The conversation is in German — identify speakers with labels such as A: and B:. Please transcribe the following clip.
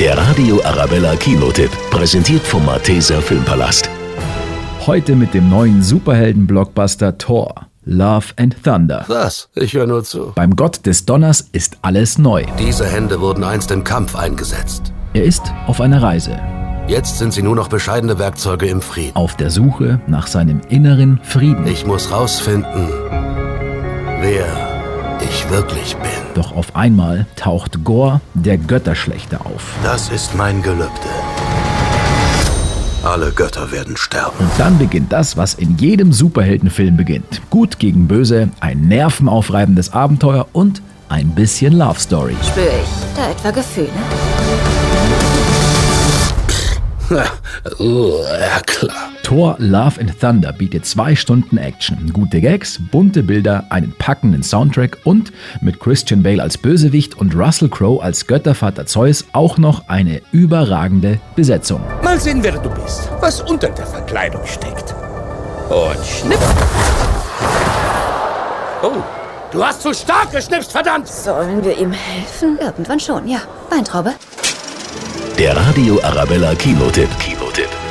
A: Der Radio Arabella Kinotipp, präsentiert vom Malteser Filmpalast.
B: Heute mit dem neuen Superhelden-Blockbuster Thor, Love and Thunder.
C: Was? Ich höre nur zu.
B: Beim Gott des Donners ist alles neu.
C: Diese Hände wurden einst im Kampf eingesetzt.
B: Er ist auf einer Reise,
C: Jetzt sind sie nur noch bescheidene Werkzeuge im Frieden.
B: auf der Suche nach seinem inneren Frieden.
C: Ich muss rausfinden, wer ich wirklich bin.
B: Doch auf einmal taucht Gore, der Götterschlechter, auf.
C: Das ist mein Gelübde. Alle Götter werden sterben.
B: Und dann beginnt das, was in jedem Superheldenfilm beginnt. Gut gegen Böse, ein nervenaufreibendes Abenteuer und ein bisschen Love Story.
D: Spür ich da etwa Gefühle?
C: Uh, ja, klar.
B: Thor Love and Thunder bietet zwei Stunden Action, gute Gags, bunte Bilder, einen packenden Soundtrack und mit Christian Bale als Bösewicht und Russell Crowe als Göttervater Zeus auch noch eine überragende Besetzung.
E: Mal sehen, wer du bist, was unter der Verkleidung steckt. Und schnipp. Oh, du hast zu stark geschnipst, verdammt!
D: Sollen wir ihm helfen? Irgendwann schon, ja. Weintraube?
A: Der Radio Arabella Kinotipp, Kinotipp.